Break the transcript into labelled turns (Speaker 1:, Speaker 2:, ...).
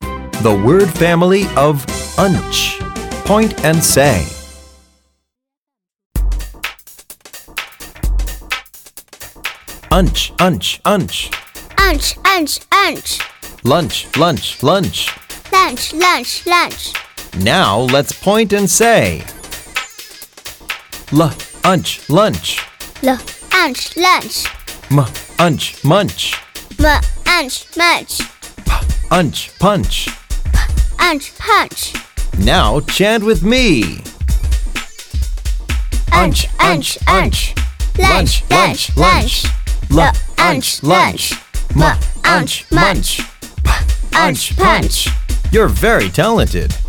Speaker 1: the word family of unch. Point and say. Unch, unch, unch.
Speaker 2: Unch, unch, unch.
Speaker 1: Lunch, lunch, lunch.
Speaker 2: Lunch, lunch, lunch.
Speaker 1: Now let's point and say. L, unch, lunch.
Speaker 2: L, unch, lunch.
Speaker 1: M, unch, munch.
Speaker 2: M, unch, munch.
Speaker 1: P, unch, punch.
Speaker 2: Unch, punch.
Speaker 1: Now chant with me.
Speaker 2: Unch, unch, unch. Lunch, lunch, lunch.
Speaker 1: L, unch, lunch. M, unch, munch. P, unch, punch. You're very talented.